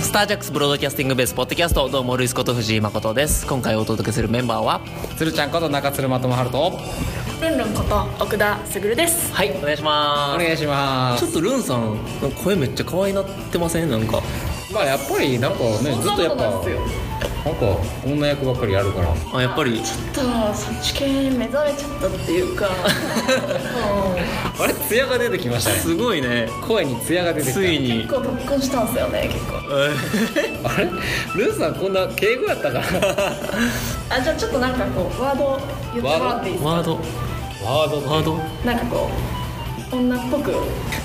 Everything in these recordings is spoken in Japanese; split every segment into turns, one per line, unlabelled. スタージャックスブロードキャスティングベースポッドキャストどうもルイスこと藤井誠です今回お届けするメンバーは
鶴ちゃんこと中鶴まともはると
ルンルンこと奥田卓です
はいお願いしま
お願いします
ちょっとルンさんなんか声めっちゃ可愛いなってませんなんか
まあやっぱりなんかねずっとやっぱなんか女役ばっかりやるから
あやっぱり
ちょっとそっち系目覚めちゃったっていう かうん
あれ艶が出てきましたね
すごいね
声に艶が出てきた
ついに
結構特訓したんですよね結構
あれルーさんこんな敬語やった か
あじゃあちょっとなんかこうワード言ってもらっていいです か
ワード
ワード
ワード
なんかこう女っぽく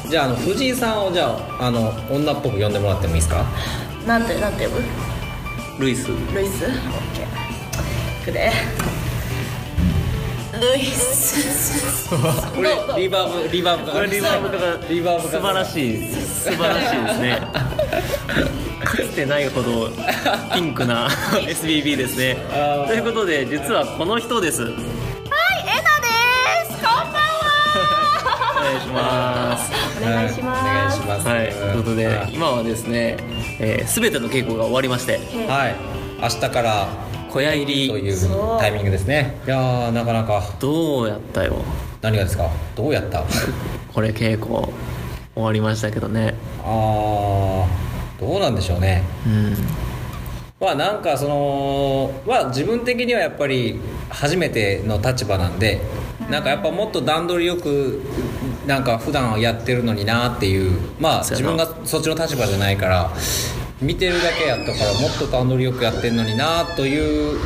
じゃああの藤井さんをじゃああの女っぽく呼んでもらってもいいですか
なんてなんて呼ぶ
ルイス
ルイスオッケーくでルイス
こ
れどう
リバーブリバーブかかる
リバーブかか
リバーブ
素晴ら
い
しい素晴らしいです ねかつてないほどピンク な SBB ですね
あー
ということで実はこの人です
はいエナですこんばん
お願いします
お願いします
お願いします
はい、ということで今はですね、えー、全ての稽古が終わりまして
はい明日から
小屋入
とい
り
そうう
タイミングですねいやーなかなか
どうやったよ
何がですかどうやった
これ稽古終わりましたけどね
あーどうなんでしょうね
うん
まあなんかそのまあ自分的にはやっぱり初めての立場なんでなんかやっぱもっと段取りよくなんか普段やってるのになっていうまあ
そう
自
やな
分がそっちの立場じゃないから見てるだけやったからもっと段取りよくやってんのになという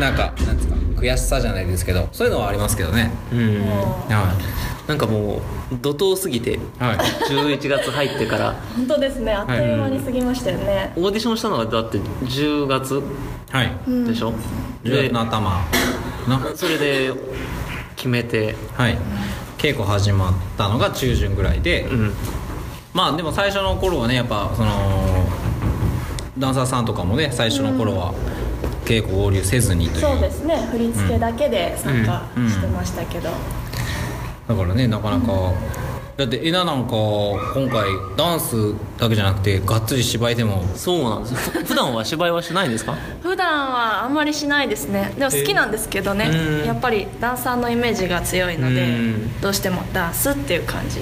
なんかなんですか悔しさじゃないですけどそういうのはありますけどね
うん
は
なんかもう怒涛すぎて
い、はい、
11月入ってから
本当ですねあっという間に過ぎましたよね、
オーディションしたのがだって10月
はい
うん
でしょ、
10
で
月の頭な
それで決めて
はい稽古始まったのが中旬ぐらいで、
うん
まあでも最初の頃はねやっぱそのダンサーさんとかもね最初の頃は稽古合流せずにという
そうですね振り付けだけで参加してましたけど、
だからねなかなか、だってエナなんか今回ダンスだけじゃなくてがっつり芝居でも
そうなんですふ 普段は芝居はしないんですか
普段はあんまりしないですねでも好きなんですけどね、
うん
やっぱりダンサーのイメージが強いので、
うん
どうしてもダンスっていう感じ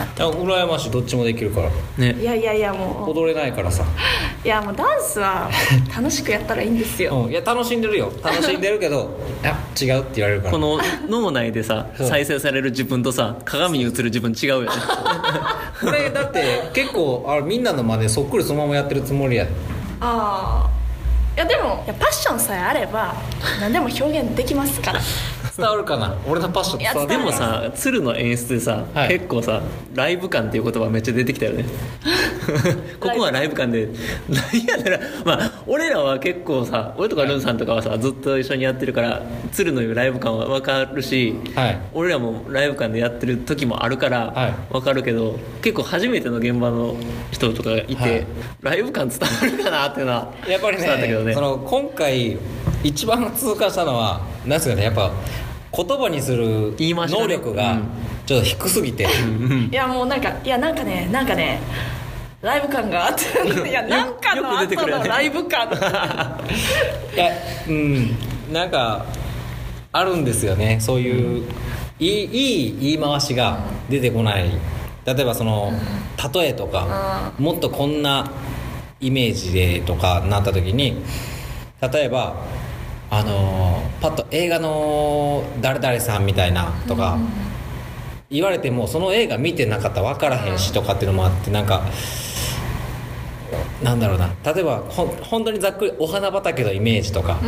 あ羨ましいどっちもできるから
い
ね
やいやいやもう
踊れないからさ、
いやもうダンスは楽しくやったらいいんですよ、
うん、いや楽しんでるよ楽しんでるけ どいや違うって言われるから
この脳内でさ
そう
再生される自分とさ鏡に映る自分違うよね
これだって結構あれみんなの真似そっくりそのままやってるつもりや
ああいやでもいやパッションさえあれば何でも表現できますから
伝わるかな 俺のパッション伝わる
でもさ鶴の演出でさ、
はい
結構さライブ感っていう言葉めっちゃ出てきたよ ねここはライブ感で何やならまあ俺らは結構さ俺とかルンさんとかはさずっと一緒にやってるから鶴の言うライブ感は分かるし、
はい
俺らもライブ感でやってる時もあるから
はい
分かるけど、結構初めての現場の人とかがいて、
はい
ライブ感伝わるかなっていうのは
やっぱり
伝わったけ
ね
どね
その今回一番通過したのはなんですかねやっぱ言葉にする
言い回しがね
能力
う
が
ん
ちょっと低すぎて、
いやもうなんかいやなんかねなんかねライブ感があっていやなんかの
よく出て
後
くるよ
の
ね
ライブ感
いやうんなんかあるんですよねそういう、いいいい言い回しが出てこない例えばその例えとか、もっとこんなイメージでとかなった時に例えばあのーパッと映画の誰々さんみたいなとか、言われてもその映画見てなかったら分からへんしとかっていうのもあってなんかなんだろうな例えばほん本当にざっくりお花畑のイメージとか,、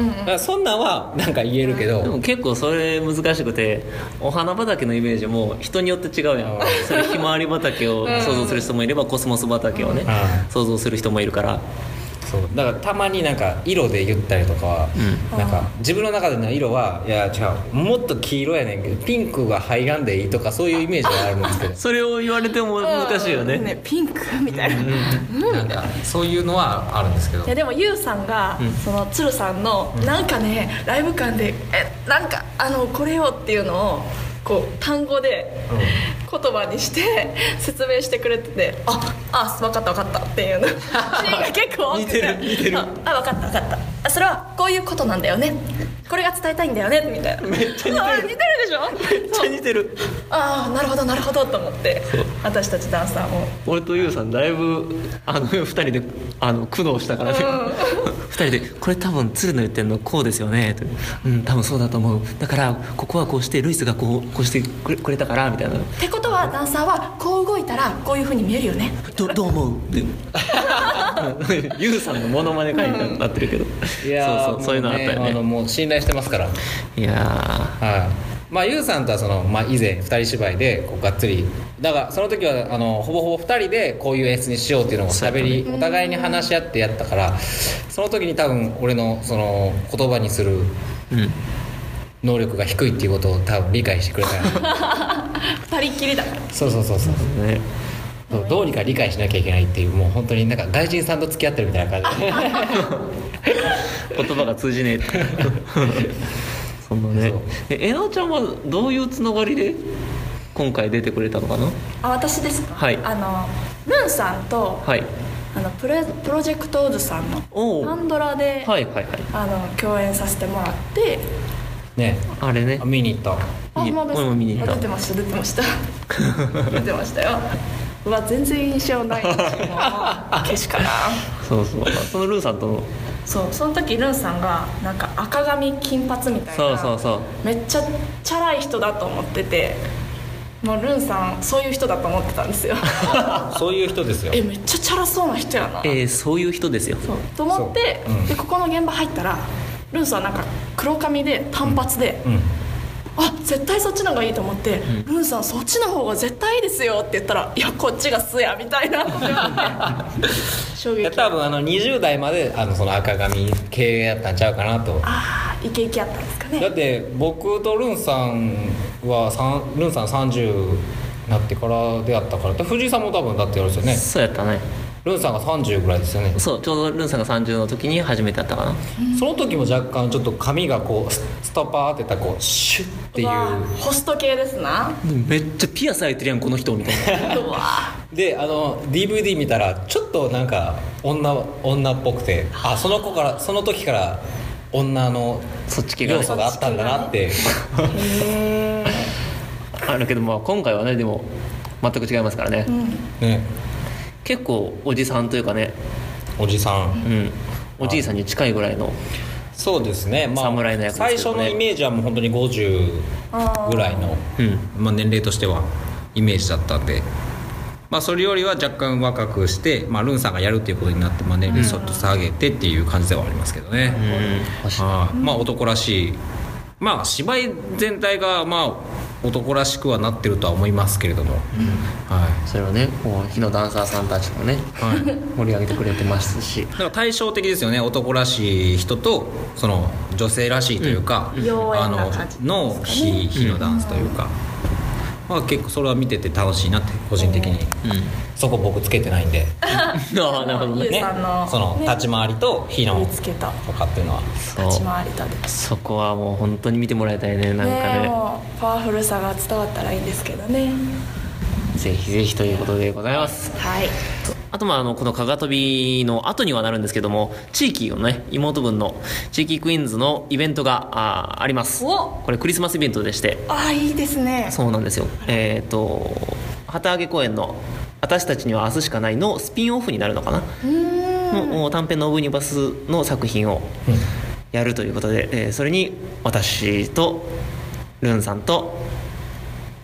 そんなんはなんか言えるけど、
でも結構それ難しくてお花畑のイメージも人によって違うやん
あー
それひまわり畑を想像する人もいればコスモス畑をね
あ
想像する人もいるから
そうだからたまになんか色で言ったりとかは、
う
なんか自分の中での色はいや違うもっと黄色やねんけどピンクが入らんでいいとかそういうイメージはあるんですけど
それを言われても難しいよね
ピンクみたいな、い
なんかそういうのはあるんですけど
やでもゆうさんが、その鶴さんの、なんかねライブ感でえなんかあのこれよっていうのをこう単語で
うん
言葉にして説明してくれててああ分かった分かったっていうのシーンが結構多くて
似てる似てる
ああ分かった分かったあそれはこういうことなんだよねこれが伝えたいんだよねみたいな
めっちゃ似てる
あ似てるでしょ
めっちゃ似てる
ああなるほどなるほどと思って
そう
私たちダンサーも
俺とユウさんだいぶあの2人であの苦悩したからね、2人で「これ多分鶴の言ってるのこうですよね」と「うん多分そうだと思うだからここはこうしてルイスがこうこうしてくれくれたから」みたいな
ってことはダンサーはこう動いたらこういうふうに見えるよね
「どどう思う?」って ユウさんのモノマネ会になってるけど、そうそうそういうのあったよ
もう
ね
あのもう信頼してますから
いや
はい、まあ、ゆうさんとはその、まあ、以前二人芝居でこうがっつりだからその時はあのほぼほぼ二人でこういう演出にしようっていうのをしゃべり、お互いに話し合ってやったからその時に多分俺のその言葉にする
ーうん
能力が低いっていうことを多分理解してくれたよね
二人っきりだから
そうそうそうそう
ね
そうどうにか理解しなきゃいけないっていうもう本当になんか外人さんと付き合ってるみたいな感じ で
言葉が通じ ねえってそんなね
そう
ええなおちゃんはどういうつながりで今回出てくれたのかな
あ私ですか
はい
あのムーンさんと、
はい
あのプレプロジェクトオーズさんの
おう
パンドラで、
はいはいはい
あの共演させてもらって
ね
あれね
見に行った
あ
いい
まだ
俺も見に行った
出てました出てました 出てましたようわ全然印象ないしもう景色かな
そうそうそのルーさんとの
そうその時ルンさんがなんか赤髪金髪みたいな
そうそうそう
めっちゃチャラい人だと思っててもうルンさんそういう人だと思ってた んですよ
そういう人ですよ
えめっちゃチャラそうな人やな
えー、そういう人ですよ
そうと思って、
そううん
でここの現場入ったらルンさんなんか黒髪で短髪で、
うん
あ絶対そっちの方がいいと思って「ルンさんそっちの方が絶対いいですよ」って言ったら「いやこっちが素や」みたいなこと 言われて衝
いや
撃
多分あの20代まであのその赤髪系やったんちゃうかなと
ああイケイケやったんですか
だっ
ね
て僕とルンさんはさんルンさん30になってからであったからで藤井さんも多分だってあれですよね
そうやったね
ルンさんが30ぐらいですよね
そうちょうどルーさんが30の時に初めて会ったかな
その時も若干ちょっと髪がこうスストパーってたこうシュッっていう
わー
う
ホスト系です な
めっちゃピアス開いてるやんこの人みたいな
うわ
であの DVD 見たらちょっとなんか女女っぽくてあその子からその時から女の
そっち系が
要
ね
素があったんだなって
あるけどまあ今回はねでも全く違いますからね、
ね
結構おじさんというかね
おじさん
うんおじいさんに近いぐらいの
そうですね、まあ、
侍の役ですけど
最
ね
初のイメージはもう本当に50ぐらいの、
うん
まあ、年齢としてはイメージだったんで、まあ、それよりは若干若くして、まあ、ルンさんがやるっていうことになって、まあ、年齢ちょっと下げてっていう感じではありますけどね、
うん
はいまあ男らしいまあ芝居全体がまあ男らしくはなってるとは思いますけれども、はい
それをねこう火のダンサーさんたちもね、盛り上げてくれてますし
だから対照的ですよね男らしい人とその女性らしいというか、
うん妖
あ
艶な
の
感じですかね
の日日のダンスというか、まあ、結構それは見てて楽しいなって個人的に、そこ僕つけてないんで、
ああなるほど
ゆ
ね
うさんの
その
ね
立ち回りと日の
見つけた
とかっていうのは
そう
立ち回りたで
そこはもう本当に見てもらいたいねなんか
ねえ
ね
もうパワフルさが伝わったらいいんですけどね
ぜひぜひということでございます
はい
あとまああのこの加賀跳びの後にはなるんですけども地域のね妹分の地域クイーンズのイベントがあーあります
お
これクリスマスイベントでして
ああいいですね
そうなんですよえっ、と旗揚げ公演の「私たちには明日しかない」のスピンオフになるのかなの短編のオブニバスの作品をやるということで、えーそれに私とルンさんと、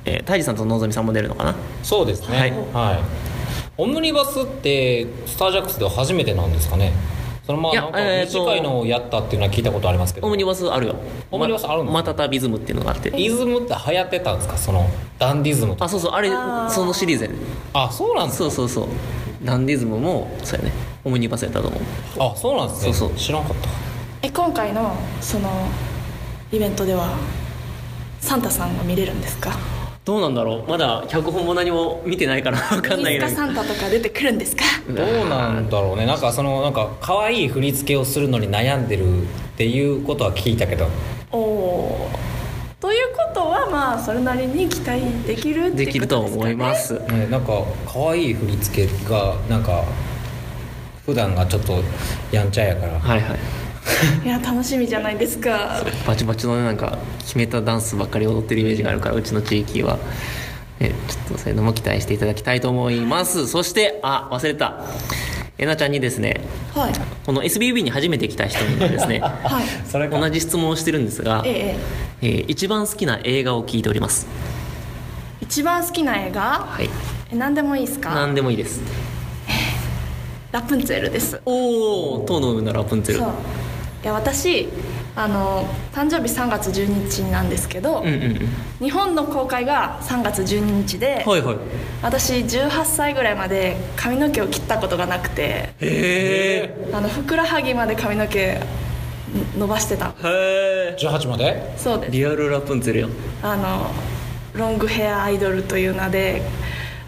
えー、タイジさんとのぞみさんも出るのかな
そうですね
は
はいい、オムニバスってスタージャックスでは初めてなんですかねそのまあ
いや
なん
え
か
ーと
短いのをやったっていうのは聞いたことありますけど
オムニバスあるよ
オムニバスあるの
まマタタビズムっていうのがあって
イズムって流行ってたんですかそのダンディズムとか
あそうそうあれ
あー
そのシリーズやね
あそうなんです
そうそうそうダンディズムもそうやねオムニバスやったと思う
あそうなんですね
そうそう
知らんかった
え今回のそのイベントではサンタさんが見れるんですか
どうなんだろうまだ脚本も何も見てないからわかんないけ
飯
ど
塚サンタとか出てくるんですか
どうなんだろうねなんかそのなんか可愛い振り付けをするのに悩んでるっていうことは聞いたけど
おおということはまあそれなりに期待できるっ
で
ていうことですか、ね、
きると思います
ね、なんか可愛い振り付けがなんか普段がちょっとやんちゃやから
はいはい
いや楽しみじゃないですか
バチバチのなんか決めたダンスばっかり踊ってるイメージがあるからうちの地域は、ね、ちょっとそういうのも期待していただきたいと思いますそしてあ忘れたえなちゃんにですね
はい
この SBB に初めて来た人にです ね
はい
それか
同じ質問をしてるんですが、え
ええ
ー一番好きな映画を聞いております
一番好きな映画
はい
え何でもいいですか
何でもいいです
ラプンツェルです
おお「塔の上のラプンツェル
そう」いや私あの誕生日3月12日なんですけど、
うんうんうん
日本の公開が3月12日で、
はいはい
私18歳ぐらいまで髪の毛を切ったことがなくて
へ
あのふくらはぎまで髪の毛伸ばしてた
えへえ
18まで
そうです
リアルラプンツェルよ
あのロングヘアアイドルという名で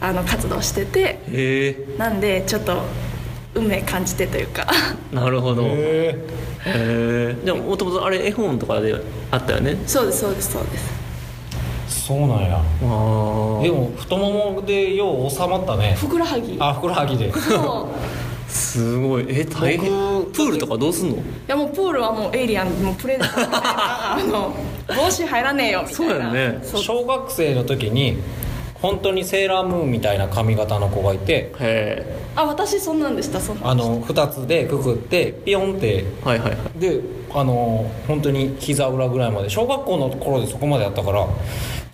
あの活動してて
へえ
なんでちょっと運命感じてというか
なるほどへ
へ
えじゃあもともとあれ絵本とかであったよね
そうですそうですそうです
えそうなんや
ああ
でも太ももでよう収まったね
ふくらはぎ
あふくらはぎで
そう
すごいえ大変
僕
プールとかどうすんの
いやもうプールはもうエイリアンもうプレゼントみたいなあの帽子入らねえよみたいな
そうだよね
そう
小学生の時に本当にセーラームーンみたいな髪型の子がいて
へえ
あ私そんなんでしたそんなん
あの2つでくくってピヨンって
はいはいはい
であの本当に膝裏ぐらいまで小学校の頃でそこまでやったから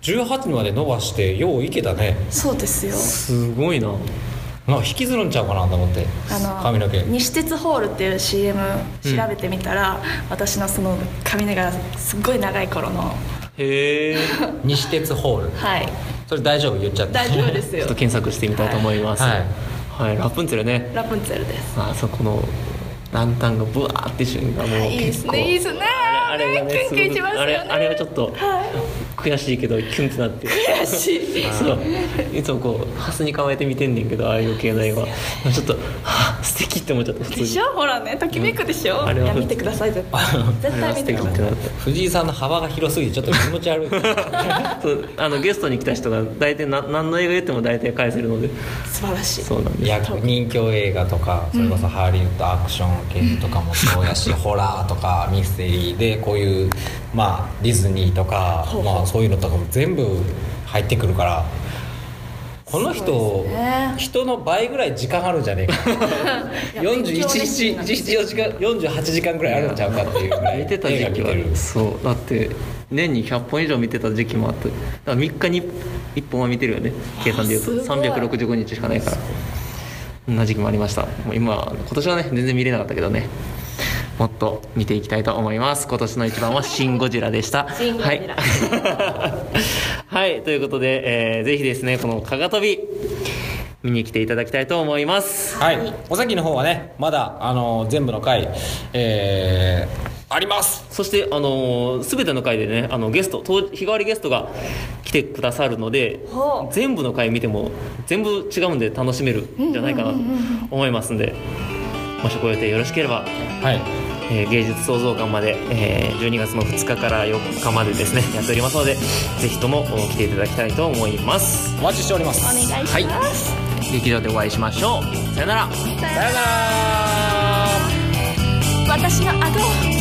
18まで伸ばしてよういけたね
そうですよ
すごいな
なんか引きずるんちゃうかなと思って
あの
髪の毛
西鉄ホールっていう CM
うん
調べてみたら、私のその髪の毛がすっごい長い頃の
へえちょ
西鉄ホール
はい
それ大丈夫言っちゃって
大丈夫ですす
っ
よ
と検索してみたいと思います
は
はいい、ラプンツェルね
ラプンツェルです
あそこのランタンがブワーって瞬間もう
いいで
結
す
構
ねいいですね
あれあれが
キ
ね
ュンキュンしますよね
あれあれはちょっと
は
悔しいけどキュンってなって
い悔しい
そういつもこうハスに構えて見てんねんけどああいう系の映画ちょっとはあ素敵って思っちゃった普通
で
に
しょほらねときめくでしょ、
あれ
い
は
や見てください絶対絶対見てく
あれは素敵
ださい
ってなっ
藤井さんの幅が広すぎてちょっと気持ち悪い
たそうあのゲストに来た人が大体な何の映画言っても大体返せるので
素晴らしい
そうなん
い
で
や人形映画とかそれこそハリウッドアクション系とかもそうや し、ホラーとかミステリーでこういうまあディズニーとか
ほうほう
まあそういうのとかも全部入ってくるからこの
すごい
人、
ですね
人の倍ぐらい時間あるんじゃねえか
いや
41
勉強熱
日
心なんです
1時間48時間ぐらいあるんちゃうかっていうぐらい
見てた時期は
映画見てる
そうだって年に100本以上見てた時期もあってだから3日に1本は見てるよね計算でいうと
あすごい
365日しかないからそんな時期もありましたもう今今年はね全然見れなかったけどねもっと見ていきたいと思います今年の一番は「シン・ゴジラ」でした
シンゴジラ
はい、 はい、ということで、えーぜひですねこの「かが跳び」見に来ていただきたいと思います
はい、お先の方はねまだあの全部の回、えーあります
そして、あのー、全ての回でねあのゲスト当日替わりゲストが来てくださるので
ほう
全部の回見ても全部違うんで楽しめるんじゃないかなと思いますんでもしご予定よろしければ、
はい
えー芸術創造館まで、えー12月の2日から4日までですねやっておりますのでぜひともお来ていただきたいと思います
お待ちしております
お願いします、
劇場でお会いしましょうさよなら
さよなら
私の顎を